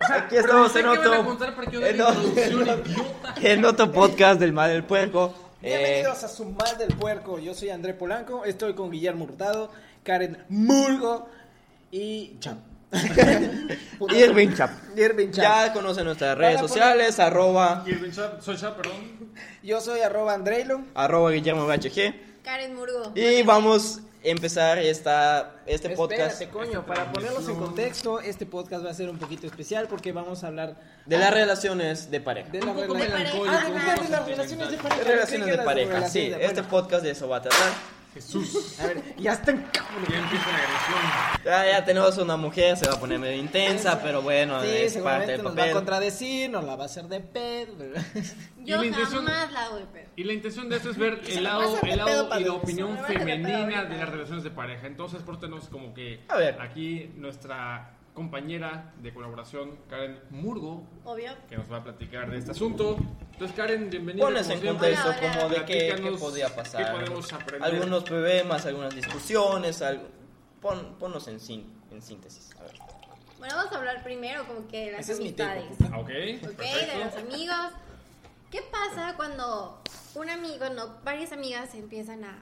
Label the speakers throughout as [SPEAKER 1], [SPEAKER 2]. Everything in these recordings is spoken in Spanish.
[SPEAKER 1] Aquí estamos
[SPEAKER 2] pensé
[SPEAKER 1] en
[SPEAKER 2] que iban a
[SPEAKER 1] otro,
[SPEAKER 2] contar para que yo dé
[SPEAKER 1] en
[SPEAKER 2] la
[SPEAKER 1] otro-
[SPEAKER 2] introducción, idiota.
[SPEAKER 1] en otro podcast del Mal del Puerco. Eh,
[SPEAKER 3] Bienvenidos a su mal del puerco. Yo soy André Polanco, estoy con Guillermo Hurtado, Karen Murgo y Cham.
[SPEAKER 1] Eh, Irving Chap.
[SPEAKER 3] Irving Cham.
[SPEAKER 1] Ya conocen nuestras redes
[SPEAKER 3] Van a poner-
[SPEAKER 1] sociales, arroba,
[SPEAKER 2] Y el Ben Shab- soy Shab, perdón.
[SPEAKER 3] Yo soy arroba Andrelo.
[SPEAKER 1] arroba Guillermo BHG.
[SPEAKER 4] Karen Murgo.
[SPEAKER 1] Y vamos a empezar esta, este podcast
[SPEAKER 3] Espérate, coño, para ponerlos en contexto, este podcast va a ser un poquito especial porque vamos a hablar
[SPEAKER 1] de las relaciones de pareja.
[SPEAKER 3] de la
[SPEAKER 2] poco
[SPEAKER 3] relación.
[SPEAKER 2] melancólico,
[SPEAKER 3] Ah, de
[SPEAKER 2] un
[SPEAKER 3] verdad,
[SPEAKER 2] poco
[SPEAKER 3] de las relaciones de
[SPEAKER 2] sentimental.
[SPEAKER 3] pareja.
[SPEAKER 1] Relaciones
[SPEAKER 3] Pensé que
[SPEAKER 1] de
[SPEAKER 3] las
[SPEAKER 1] pareja,
[SPEAKER 3] relaciones
[SPEAKER 1] sí.
[SPEAKER 3] de-
[SPEAKER 1] Este
[SPEAKER 3] bueno,
[SPEAKER 1] podcast de eso va a tratar.
[SPEAKER 2] Jesús.
[SPEAKER 3] A ver, ya están cabros.
[SPEAKER 2] Ya empieza la agresión.
[SPEAKER 1] Ya, ya tenemos una mujer, se va a poner medio intensa, pero bueno,
[SPEAKER 3] Sí,
[SPEAKER 1] es parte
[SPEAKER 3] seguramente
[SPEAKER 1] del Eh,
[SPEAKER 3] nos va a
[SPEAKER 1] papel.
[SPEAKER 3] contradecir, nos la va a hacer de pedo.
[SPEAKER 4] Yo
[SPEAKER 2] Y la
[SPEAKER 4] jamás
[SPEAKER 2] intención-
[SPEAKER 4] la doy pedo.
[SPEAKER 2] Y la intención de esto es ver
[SPEAKER 3] Se
[SPEAKER 2] el
[SPEAKER 3] la
[SPEAKER 2] lado,
[SPEAKER 3] pasan de
[SPEAKER 2] el
[SPEAKER 3] pedo
[SPEAKER 2] lado
[SPEAKER 3] para
[SPEAKER 2] y la
[SPEAKER 3] adentro.
[SPEAKER 2] opinión
[SPEAKER 4] Se la pasan de pedo
[SPEAKER 2] femenina
[SPEAKER 4] ahorita.
[SPEAKER 2] de las relaciones de pareja. Entonces, por eso tenemos como que
[SPEAKER 1] A ver.
[SPEAKER 2] aquí nuestra compañera de colaboración, Karen Murgo,
[SPEAKER 4] Obvio.
[SPEAKER 2] que nos va a platicar de este asunto. Entonces, Karen, bienvenida.
[SPEAKER 1] Pones
[SPEAKER 2] como
[SPEAKER 1] en
[SPEAKER 2] siempre.
[SPEAKER 1] contexto
[SPEAKER 4] Hola, hola.
[SPEAKER 1] como de qué, qué
[SPEAKER 2] pues. Platícanos
[SPEAKER 1] podía pasar.
[SPEAKER 2] qué podemos aprender.
[SPEAKER 1] Algunos problemas, algunas discusiones, algo. Pon, ponnos en, sin- en síntesis. A ver.
[SPEAKER 4] Bueno, vamos a hablar primero como que de las
[SPEAKER 3] Ese es mi
[SPEAKER 4] amistades.
[SPEAKER 3] tiempo.
[SPEAKER 2] Ah, Ok,
[SPEAKER 4] ok, de los
[SPEAKER 2] perfecto.
[SPEAKER 4] amigos. ¿Qué pasa cuando un amigo, no, varias amigas empiezan a...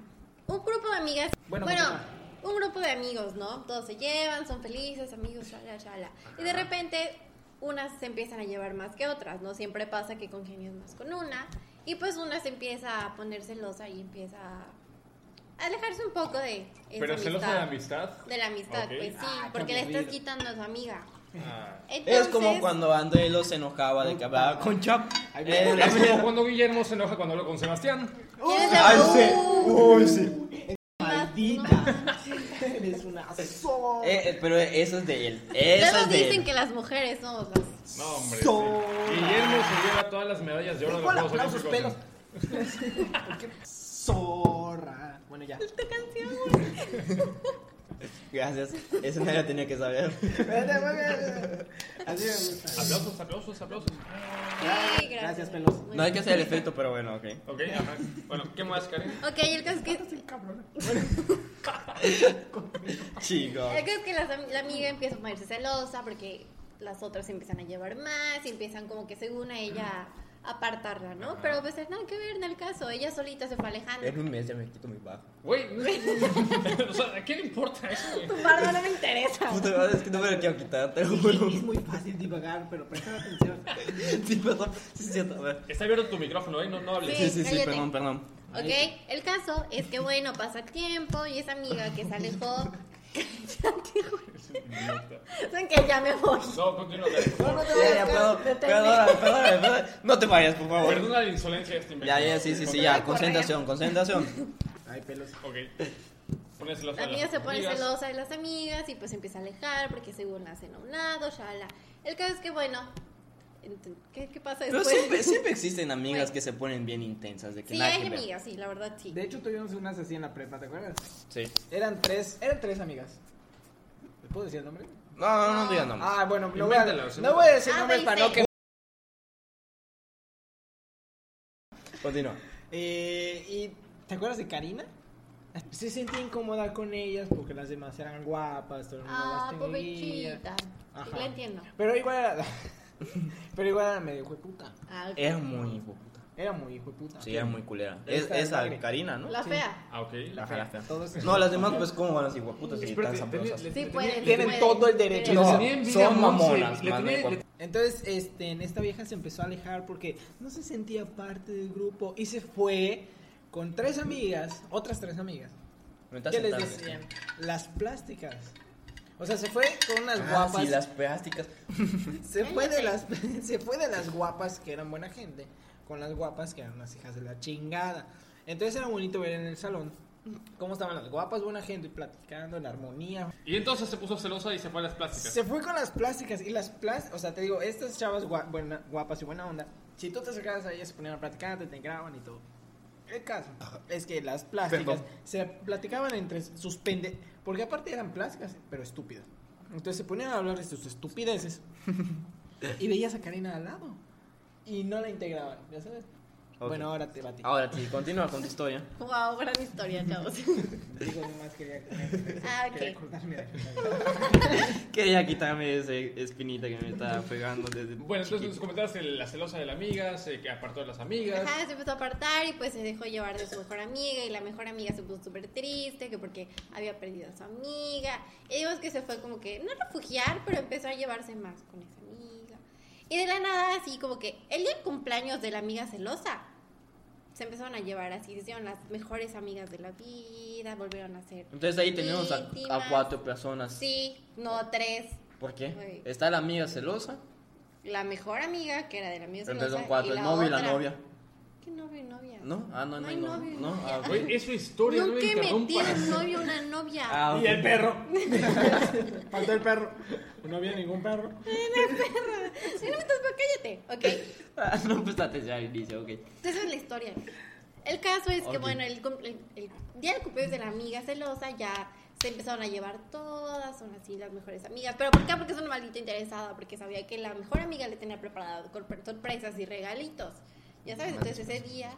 [SPEAKER 4] Un grupo de amigas...
[SPEAKER 3] Bueno,
[SPEAKER 4] Bueno,
[SPEAKER 3] continúa.
[SPEAKER 4] un grupo de amigos, ¿no? Todos se llevan, son felices, amigos, chala, chala. Y de repente unas se empiezan a llevar más que otras, ¿no? Siempre pasa que congenias más con una. Y pues una se empieza a poner celosa y empieza a alejarse un poco de... esa
[SPEAKER 2] Pero celosa de la amistad.
[SPEAKER 4] De la amistad,
[SPEAKER 2] Ok.
[SPEAKER 4] pues sí,
[SPEAKER 3] Ah, qué
[SPEAKER 4] porque le estás
[SPEAKER 3] aburrido.
[SPEAKER 4] quitando a su amiga.
[SPEAKER 2] Ah.
[SPEAKER 1] Es como
[SPEAKER 4] Entonces-
[SPEAKER 1] cuando Andrelo se enojaba de que hablaba con Chap.
[SPEAKER 3] Ay,
[SPEAKER 1] Eh,
[SPEAKER 2] Es como cuando Guillermo se enoja cuando hablo con Sebastián.
[SPEAKER 4] ¿Quieres
[SPEAKER 1] Ay,
[SPEAKER 4] algo?
[SPEAKER 1] sí. Uh. Uy, sí.
[SPEAKER 3] Maldita. Eres una zorra.
[SPEAKER 1] Eh, eh, pero eso es de él. Eso
[SPEAKER 4] Luego
[SPEAKER 1] es de
[SPEAKER 4] dicen
[SPEAKER 1] él.
[SPEAKER 4] que las mujeres somos las.
[SPEAKER 2] No, hombre.
[SPEAKER 3] So-
[SPEAKER 2] sí. Guillermo se lleva todas las medallas de oro de los
[SPEAKER 3] ¿Cuál
[SPEAKER 2] Juegos
[SPEAKER 3] aplausos,
[SPEAKER 2] Olímpicos.
[SPEAKER 3] pelos? ¿Por qué? Zorra. Bueno, ya.
[SPEAKER 1] Gracias. Eso nadie lo tenía que saber.
[SPEAKER 3] Así me gusta.
[SPEAKER 2] Aplausos, aplausos, aplausos.
[SPEAKER 4] Sí,
[SPEAKER 3] Gracias,
[SPEAKER 4] gracias.
[SPEAKER 3] pelos.
[SPEAKER 4] Muy
[SPEAKER 1] No hay que
[SPEAKER 4] bien.
[SPEAKER 1] hacer el efecto, pero bueno, ok.
[SPEAKER 2] Ok, ajá. Bueno, ¿qué más, Karen?
[SPEAKER 4] Ok, el caso es que,
[SPEAKER 1] Chicos.
[SPEAKER 4] el caso es que las am- la, amiga empieza a ponerse celosa porque las otras se empiezan a llevar más y empiezan como que según a ella a apartarla, ¿no?
[SPEAKER 2] Ajá.
[SPEAKER 4] Pero pues nada que ver en el caso, ella solita se fue alejando.
[SPEAKER 1] En un mes ya me quito mi bajo.
[SPEAKER 2] Güey, no- o sea, ¿a qué le importa eso, güey?
[SPEAKER 4] Tu barba no me interesa.
[SPEAKER 1] Puta madre, es que no me lo quiero quitar, te lo juro.
[SPEAKER 3] Es muy fácil divagar, pero presta atención.
[SPEAKER 1] Sí, perdón. Sí, sí, a ver.
[SPEAKER 2] Está abierto tu micrófono, ¿eh? No, no hables.
[SPEAKER 1] Sí, sí, sí,
[SPEAKER 4] cállate.
[SPEAKER 1] perdón, perdón.
[SPEAKER 4] Ok, el caso es que bueno, pasa el tiempo y esa amiga que se alejó.
[SPEAKER 2] Idiota.
[SPEAKER 4] Saben que ya me voy.
[SPEAKER 2] No, continúa, Karen, por favor.
[SPEAKER 1] Ya, ya, perdón, perdóname, perdóname, perdóname. No te vayas, por favor.
[SPEAKER 2] Perdona la insolencia de este invento.
[SPEAKER 1] Ya, ya, sí, sí, sí, ya. Concentración, concentración.
[SPEAKER 3] Ay, pelos.
[SPEAKER 2] Ok. Pones los
[SPEAKER 4] La niña se pone celosa de las amigas y pues empieza a alejar porque según la hacen a un lado, shala. El caso es que bueno, ent- ¿qué, qué pasa
[SPEAKER 1] Pero
[SPEAKER 4] después?
[SPEAKER 1] siempre, siempre existen amigas
[SPEAKER 4] Bueno.
[SPEAKER 1] que se ponen bien intensas. De que
[SPEAKER 4] Sí,
[SPEAKER 1] nada
[SPEAKER 4] hay
[SPEAKER 1] que ver.
[SPEAKER 4] amigas, sí, la verdad sí.
[SPEAKER 3] De hecho, tuvimos unas así en la prepa, ¿te acuerdas?
[SPEAKER 1] Sí.
[SPEAKER 3] Eran tres, eran tres amigas. ¿Les puedo decir el nombre?
[SPEAKER 1] No, no, no digas nombres.
[SPEAKER 3] Ah, bueno, no voy a,
[SPEAKER 2] Invéntalo, sí.
[SPEAKER 3] no voy a decir
[SPEAKER 4] Ah,
[SPEAKER 3] nombres para no que...
[SPEAKER 4] dice.
[SPEAKER 1] Continúa.
[SPEAKER 3] Eh, ¿Y te acuerdas de Karina? Se sentía incómoda con ellas porque las demás eran guapas, todo el mundo
[SPEAKER 4] Ah,
[SPEAKER 3] las tenía.
[SPEAKER 4] pobrecita. Sí,
[SPEAKER 3] Ajá.
[SPEAKER 4] la entiendo.
[SPEAKER 3] Pero igual era... Pero igual era medio hijo de puta.
[SPEAKER 4] Ah, ok.
[SPEAKER 1] Era muy hijo de puta.
[SPEAKER 3] Era muy hijo de puta.
[SPEAKER 1] Sí, era muy culera.
[SPEAKER 3] Ahí
[SPEAKER 1] Es,
[SPEAKER 3] está,
[SPEAKER 1] esa
[SPEAKER 3] sangre.
[SPEAKER 1] Karina, ¿no?
[SPEAKER 4] La
[SPEAKER 3] Sí.
[SPEAKER 4] fea.
[SPEAKER 2] Ah, ok.
[SPEAKER 1] La fea, la fea.
[SPEAKER 3] Todos-
[SPEAKER 1] No, las demás, pues, ¿cómo van a ser putas si tan
[SPEAKER 2] Espérate,
[SPEAKER 1] sabrosas?
[SPEAKER 2] tenía-
[SPEAKER 4] Sí,
[SPEAKER 2] le-
[SPEAKER 4] pueden.
[SPEAKER 3] Tienen
[SPEAKER 4] pueden.
[SPEAKER 3] todo el derecho.
[SPEAKER 2] le
[SPEAKER 1] No,
[SPEAKER 2] tenía envidia
[SPEAKER 1] son
[SPEAKER 2] a Monse,
[SPEAKER 1] mamonas,
[SPEAKER 2] le
[SPEAKER 1] más
[SPEAKER 2] tenía-
[SPEAKER 1] bien.
[SPEAKER 2] le-
[SPEAKER 3] Entonces, este, en esta vieja se empezó a alejar porque no se sentía parte del grupo y se fue con tres amigas, otras tres amigas,
[SPEAKER 1] Me estás
[SPEAKER 3] que les
[SPEAKER 1] sentando.
[SPEAKER 3] decían las plásticas. O sea, se fue con unas
[SPEAKER 1] Ah,
[SPEAKER 3] guapas.
[SPEAKER 1] sí, las plásticas.
[SPEAKER 3] Se fue de las se fue de las guapas que eran buena gente con las guapas que eran las hijas de la chingada. Entonces era bonito ver en el salón cómo estaban las guapas, buena gente y platicando en armonía.
[SPEAKER 2] Y entonces se puso celosa y se fue a las plásticas.
[SPEAKER 3] Se fue con las plásticas y las plásticas, o sea, te digo, estas chavas gua- buena- guapas y buena onda, si tú te acercabas a ellas se ponían a platicar, te, te graban y todo. El caso es que las plásticas
[SPEAKER 1] Perdón.
[SPEAKER 3] se platicaban entre sus pende... Porque aparte eran plásticas, pero estúpidas. Entonces se ponían a hablar de sus estupideces y veías a Karina al lado y no la integraban, ya sabes.
[SPEAKER 1] Ok.
[SPEAKER 3] Bueno, ahora te batí.
[SPEAKER 1] Ahora sí, continúa con tu historia.
[SPEAKER 4] Wow, gran historia, chavos.
[SPEAKER 3] Digo, nomás quería,
[SPEAKER 4] Ah,
[SPEAKER 3] quería
[SPEAKER 4] ok.
[SPEAKER 3] cortarme la-
[SPEAKER 1] Quería quitarme esa espinita que me está pegando desde.
[SPEAKER 2] Bueno, entonces nos
[SPEAKER 1] chiquito.
[SPEAKER 2] comentaste la celosa de la amiga, se que apartó de las amigas.
[SPEAKER 4] Ajá, se empezó a apartar y pues se dejó llevar de su mejor amiga y la mejor amiga se puso súper triste que porque había perdido a su amiga. Y digamos que se fue como que, no refugiar, pero empezó a llevarse más con esa amiga. Y de la nada, así como que el día del cumpleaños de la amiga celosa, se empezaron a llevar así, se hicieron las mejores amigas de la vida, volvieron a ser...
[SPEAKER 1] Entonces ahí tenemos a,
[SPEAKER 4] Víctimas.
[SPEAKER 1] a cuatro personas.
[SPEAKER 4] Sí, no tres.
[SPEAKER 1] ¿Por qué?
[SPEAKER 4] Ay.
[SPEAKER 1] Está la amiga celosa.
[SPEAKER 4] La mejor amiga, que era de la amiga celosa.
[SPEAKER 1] Entonces son cuatro. El
[SPEAKER 4] y la
[SPEAKER 1] novio y la
[SPEAKER 4] otra.
[SPEAKER 1] novia.
[SPEAKER 4] ¿Qué novio y novia?
[SPEAKER 1] ¿No? Ah, no, no,
[SPEAKER 4] No hay
[SPEAKER 1] no.
[SPEAKER 4] novio y
[SPEAKER 1] no.
[SPEAKER 4] novia.
[SPEAKER 1] Ah, ok.
[SPEAKER 2] Oye, es su historia, no me
[SPEAKER 4] Nunca metí
[SPEAKER 2] interrumpas.
[SPEAKER 4] un novio una novia.
[SPEAKER 1] Ah, ok.
[SPEAKER 2] Y el perro.
[SPEAKER 3] Faltó el perro. No había ningún perro.
[SPEAKER 4] Sí, no me estás cállate. Ok.
[SPEAKER 1] Ah, no prestaste ya al inicio, ok.
[SPEAKER 4] Entonces es la historia. El caso es que,
[SPEAKER 1] Ok.
[SPEAKER 4] bueno, el, cum- el- el día del cumpleaños de la amiga celosa ya se empezaron a llevar todas, son así las mejores amigas. ¿Pero por qué? Porque es una maldita interesada, porque sabía que la mejor amiga le tenía preparado corp- sorpresas y regalitos. Ya sabes, entonces ese día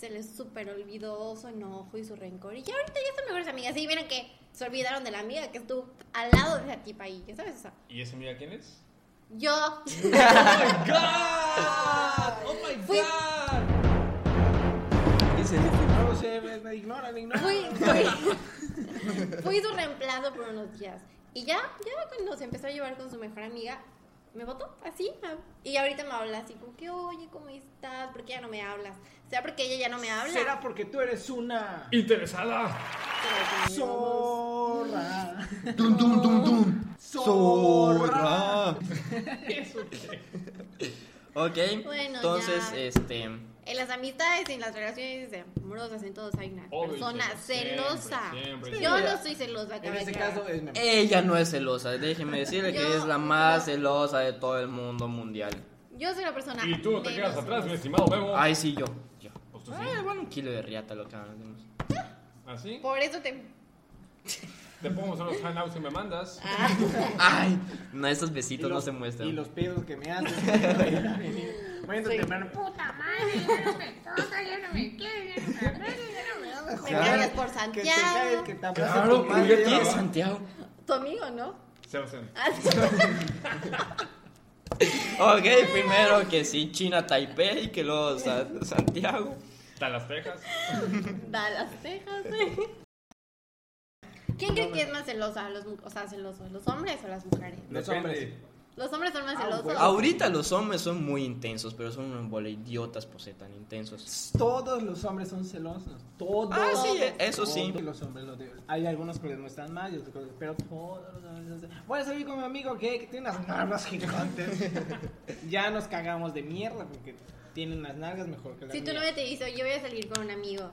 [SPEAKER 4] se les super olvidó su enojo y su rencor. Y ya ahorita ya son mejores amigas. Y vieron que se olvidaron de la amiga que estuvo al lado de la tipa ahí. Ya sabes, o sea,
[SPEAKER 2] ¿Y esa amiga quién es?
[SPEAKER 4] yo
[SPEAKER 3] ¡Oh my
[SPEAKER 4] Fui-
[SPEAKER 3] god! Dice, no lo sé, me, me ignora, me ignora.
[SPEAKER 4] Fui, fui, fui su reemplazo por unos días. Y ya, ya cuando se empezó a llevar con su mejor amiga, me votó así. ah, Y ahorita me habla así como que, oye, ¿cómo estás? ¿Por qué ya no me hablas? O sea, porque ella ya no me habla.
[SPEAKER 3] Será porque tú eres una
[SPEAKER 2] Interesada.
[SPEAKER 4] Pero que no.
[SPEAKER 3] zorra.
[SPEAKER 1] Dum, dum, dum, dum.
[SPEAKER 3] Zorra.
[SPEAKER 2] ¿Eso qué?
[SPEAKER 1] Ok.
[SPEAKER 4] Bueno,
[SPEAKER 1] entonces,
[SPEAKER 4] ya.
[SPEAKER 1] este.
[SPEAKER 4] En las amistades, en las relaciones amorosas, en todos hay una
[SPEAKER 2] Obvio,
[SPEAKER 4] persona
[SPEAKER 2] siempre,
[SPEAKER 4] celosa.
[SPEAKER 2] siempre,
[SPEAKER 4] Yo
[SPEAKER 2] siempre.
[SPEAKER 4] no soy celosa,
[SPEAKER 3] En
[SPEAKER 4] cabrón.
[SPEAKER 3] este caso es mi
[SPEAKER 1] Ella no es celosa. Déjeme decirle que
[SPEAKER 4] Yo-
[SPEAKER 1] es la más celosa de todo el mundo mundial.
[SPEAKER 4] Yo soy una persona.
[SPEAKER 2] Y tú no te
[SPEAKER 4] menos
[SPEAKER 2] quedas atrás, mi
[SPEAKER 4] celosa.
[SPEAKER 2] estimado Bebo.
[SPEAKER 1] Ay, sí, yo. yo.
[SPEAKER 2] Pues tú sí.
[SPEAKER 1] Ah, bueno, un kilo de riata lo que hablamos.
[SPEAKER 2] ¿Así?
[SPEAKER 4] Por eso te.
[SPEAKER 2] Te pongo en los hangouts que me mandas.
[SPEAKER 4] Ah.
[SPEAKER 1] Ay, no, esos besitos
[SPEAKER 3] Y
[SPEAKER 1] no
[SPEAKER 3] los-
[SPEAKER 1] se muestran.
[SPEAKER 3] Y los pedos que me hacen. Mañana
[SPEAKER 4] Sí.
[SPEAKER 3] temprano.
[SPEAKER 5] puta madre, ya no me toca, ya no me quiere, ya no me abraza, ya no me ama.
[SPEAKER 4] Me cambias por
[SPEAKER 3] Ah, Que te caes,
[SPEAKER 4] Santiago.
[SPEAKER 3] que te abrace
[SPEAKER 2] Claro,
[SPEAKER 3] tu madre.
[SPEAKER 2] ¿qué
[SPEAKER 1] ¿Qué es
[SPEAKER 2] tienes?
[SPEAKER 1] Santiago?
[SPEAKER 4] Tu amigo, ¿no?
[SPEAKER 2] Sebastián.
[SPEAKER 4] Ah, sí.
[SPEAKER 1] Ok, primero que sí, China Taipei, que luego Sa- Santiago.
[SPEAKER 2] Talas Texas.
[SPEAKER 4] Dallas, Texas. ¿Quién cree que es más celosa? Los, mu- o sea, celosos, ¿los hombres o las mujeres?
[SPEAKER 3] Los
[SPEAKER 2] Depende.
[SPEAKER 3] hombres.
[SPEAKER 4] Los hombres son más
[SPEAKER 3] Ah,
[SPEAKER 4] celosos.
[SPEAKER 3] bueno.
[SPEAKER 1] Ahorita los hombres son muy intensos, pero son unos bola idiotas por ser tan intensos.
[SPEAKER 3] Todos los hombres son celosos. Todos.
[SPEAKER 1] Ah, sí, eso
[SPEAKER 3] Todos
[SPEAKER 1] sí.
[SPEAKER 3] los hombres lo tienen. Hay algunos que no están mal, y otros que- pero todos los hombres. son celosos. Voy a salir con mi amigo que, que tiene unas nalgas gigantes. ya nos cagamos de mierda porque tiene unas nalgas mejor que la
[SPEAKER 4] Si tu
[SPEAKER 3] mía.
[SPEAKER 4] novia te dice, yo voy a salir con un amigo.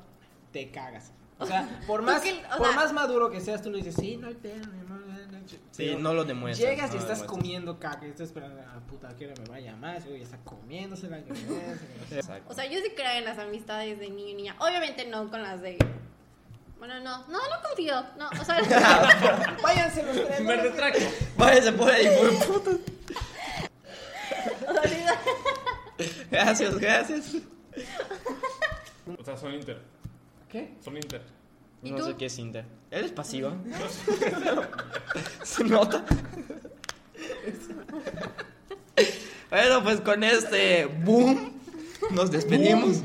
[SPEAKER 3] Te cagas. O sea, por más,
[SPEAKER 4] Porque, o
[SPEAKER 3] por
[SPEAKER 4] sea-
[SPEAKER 3] más maduro que seas, tú le dices, sí, no hay pedo, mi amor, no hay ch-".
[SPEAKER 1] Sí,
[SPEAKER 3] Pero
[SPEAKER 1] no lo demuestran.
[SPEAKER 3] Llegas
[SPEAKER 1] no
[SPEAKER 3] y
[SPEAKER 1] lo
[SPEAKER 3] estás
[SPEAKER 1] demuestran.
[SPEAKER 3] comiendo caca y estás esperando, ah, puta, ¿a qué hora me va a llamar? Ese güey ya está comiéndosela. que no sé, que no sé.
[SPEAKER 1] Exacto.
[SPEAKER 4] O sea, yo sí creo en las amistades de niño y niña. Obviamente no con las de. Bueno, no, no, no confío. No, o sea,
[SPEAKER 3] Váyanse los tres. no
[SPEAKER 2] Me
[SPEAKER 3] los-
[SPEAKER 2] retracto.
[SPEAKER 1] Váyase por ahí, por puta.
[SPEAKER 4] o sea, sí,
[SPEAKER 1] Gracias, gracias.
[SPEAKER 2] O sea, son inter.
[SPEAKER 3] ¿Qué?
[SPEAKER 2] Son inter.
[SPEAKER 4] ¿Y
[SPEAKER 1] no
[SPEAKER 4] tú?
[SPEAKER 1] sé qué es Inter. ¿Eres pasiva? ¿Se nota? bueno, pues con este boom nos despedimos.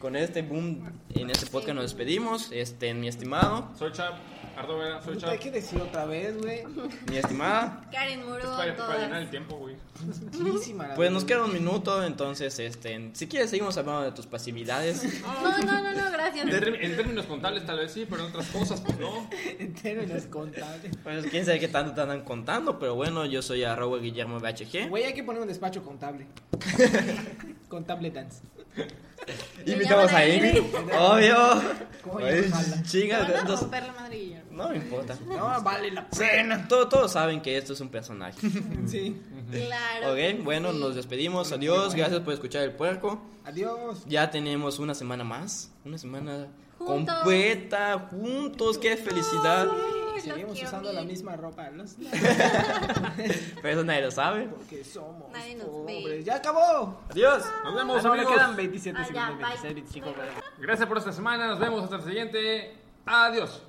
[SPEAKER 1] Con este boom en este podcast nos despedimos. Este, mi estimado,
[SPEAKER 2] Soy Chap. Ardo Vera, soy
[SPEAKER 3] Puta,
[SPEAKER 2] Chap.
[SPEAKER 3] Hay que decir otra vez, güey.
[SPEAKER 1] mi estimada.
[SPEAKER 4] Karen Muro,
[SPEAKER 2] Es para, para llenar
[SPEAKER 4] todas.
[SPEAKER 2] el tiempo, güey.
[SPEAKER 3] Muchísima la
[SPEAKER 1] Pues nos
[SPEAKER 3] verga.
[SPEAKER 1] queda un minuto, entonces, este, si quieres seguimos hablando de tus pasividades.
[SPEAKER 4] No, no, no, no, gracias.
[SPEAKER 2] En, term- en términos contables, tal vez sí, pero en otras cosas, pues no.
[SPEAKER 3] En términos contables.
[SPEAKER 1] Pues quién sabe qué tanto te andan contando, pero bueno, yo soy arroba Guillermo BHG.
[SPEAKER 3] Güey, hay que poner un despacho contable. contable dance.
[SPEAKER 4] Me
[SPEAKER 1] Invitamos
[SPEAKER 4] llaman
[SPEAKER 1] a
[SPEAKER 4] a
[SPEAKER 1] Ingrid,
[SPEAKER 4] Ingrid.
[SPEAKER 1] obvio.
[SPEAKER 3] Coño,
[SPEAKER 1] Ay,
[SPEAKER 3] ojalá.
[SPEAKER 4] Te
[SPEAKER 1] Chinga,
[SPEAKER 4] van a
[SPEAKER 1] entonces-
[SPEAKER 4] romper la madre, Guillermo.
[SPEAKER 1] No me importa.
[SPEAKER 3] No, vale la
[SPEAKER 1] Cena. Todo- todos saben que esto es un personaje.
[SPEAKER 3] Sí.
[SPEAKER 4] Claro.
[SPEAKER 1] Ok, bueno, nos despedimos. Adiós. Gracias por escuchar el puerco.
[SPEAKER 3] Adiós.
[SPEAKER 1] Ya tenemos una semana más. Una semana
[SPEAKER 4] Juntos.
[SPEAKER 1] completa, juntos. ¡Qué felicidad!
[SPEAKER 4] Ay, los
[SPEAKER 3] seguimos
[SPEAKER 4] quiero
[SPEAKER 3] usando la
[SPEAKER 4] mil.
[SPEAKER 3] misma ropa, los
[SPEAKER 1] Pero eso nadie lo sabe.
[SPEAKER 3] porque somos
[SPEAKER 4] Nadie nos ve.
[SPEAKER 3] pobres. Ya acabó.
[SPEAKER 1] Adiós.
[SPEAKER 2] Nos vemos,
[SPEAKER 3] Ah, no,
[SPEAKER 2] amigos.
[SPEAKER 3] quedan 27
[SPEAKER 4] Ah, ya,
[SPEAKER 3] segundos, 26,
[SPEAKER 4] bye.
[SPEAKER 3] 25.
[SPEAKER 4] Bye.
[SPEAKER 2] Gracias por esta semana. Nos vemos hasta el siguiente. Adiós.